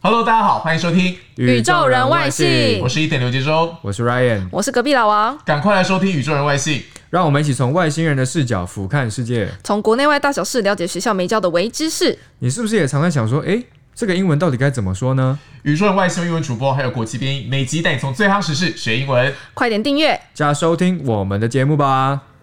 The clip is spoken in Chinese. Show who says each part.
Speaker 1: Hello，大家好，欢迎收听，
Speaker 2: 宇宙人外
Speaker 1: 我
Speaker 2: 星
Speaker 1: 是一点刘杰洲，
Speaker 2: 我是 Ryan，
Speaker 3: 我是隔壁老王，
Speaker 1: 赶快来收听《宇宙人外星》。
Speaker 2: 让我们一起从外星人的视角俯瞰世界。
Speaker 3: 从国内外大小事了解学校没教的微知识。
Speaker 2: 你是不是也常在想说，诶，这个英文到底该怎么说呢？
Speaker 1: 宇宙人外星英文主播还有国际编译，每集带你从最夯时事学英文。
Speaker 3: 快点订阅，
Speaker 2: 加收听我们的节目吧。